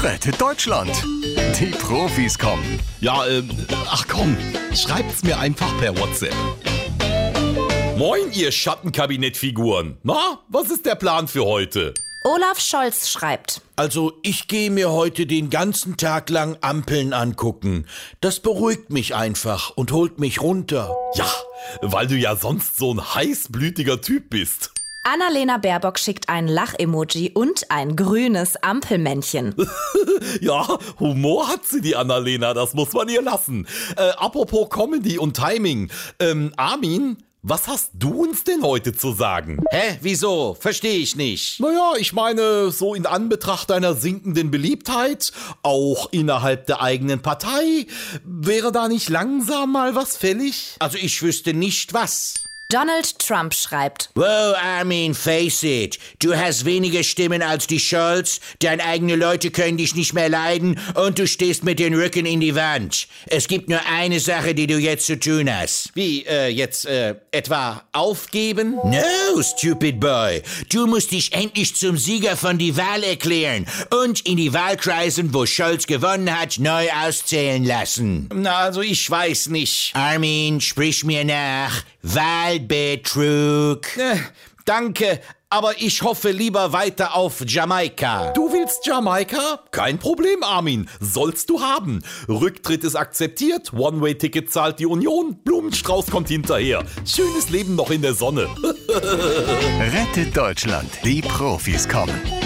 rettet Deutschland. Die Profis kommen. Ja, ähm, ach komm, schreibt's mir einfach per WhatsApp. Moin, ihr Schattenkabinettfiguren. Na, was ist der Plan für heute? Olaf Scholz schreibt. Also, ich gehe mir heute den ganzen Tag lang Ampeln angucken. Das beruhigt mich einfach und holt mich runter. Ja, weil du ja sonst so ein heißblütiger Typ bist. Annalena Baerbock schickt ein Lach-Emoji und ein grünes Ampelmännchen. Ja, Humor hat sie, die Annalena, das muss man ihr lassen. Äh, apropos Comedy und Timing. Ähm, Armin, was hast du uns denn heute zu sagen? Hä? Wieso? Verstehe ich nicht. Naja, ich meine, so in Anbetracht deiner sinkenden Beliebtheit, auch innerhalb der eigenen Partei, wäre da nicht langsam mal was fällig? Also, ich wüsste nicht was. Donald Trump schreibt. Wow, Armin, face it. Du hast weniger Stimmen als die Scholz, deine eigenen Leute können dich nicht mehr leiden und du stehst mit den Rücken in die Wand. Es gibt nur eine Sache, die du jetzt zu tun hast. Wie, äh, jetzt, äh, etwa aufgeben? No, stupid boy. Du musst dich endlich zum Sieger von die Wahl erklären und in die Wahlkreisen, wo Scholz gewonnen hat, neu auszählen lassen. Na, also ich weiß nicht. Armin, sprich mir nach. Wahlbetrug. Äh, danke, aber ich hoffe lieber weiter auf Jamaika. Du willst Jamaika? Kein Problem, Armin. Sollst du haben. Rücktritt ist akzeptiert, One-Way-Ticket zahlt die Union, Blumenstrauß kommt hinterher. Schönes Leben noch in der Sonne. Rettet Deutschland. Die Profis kommen.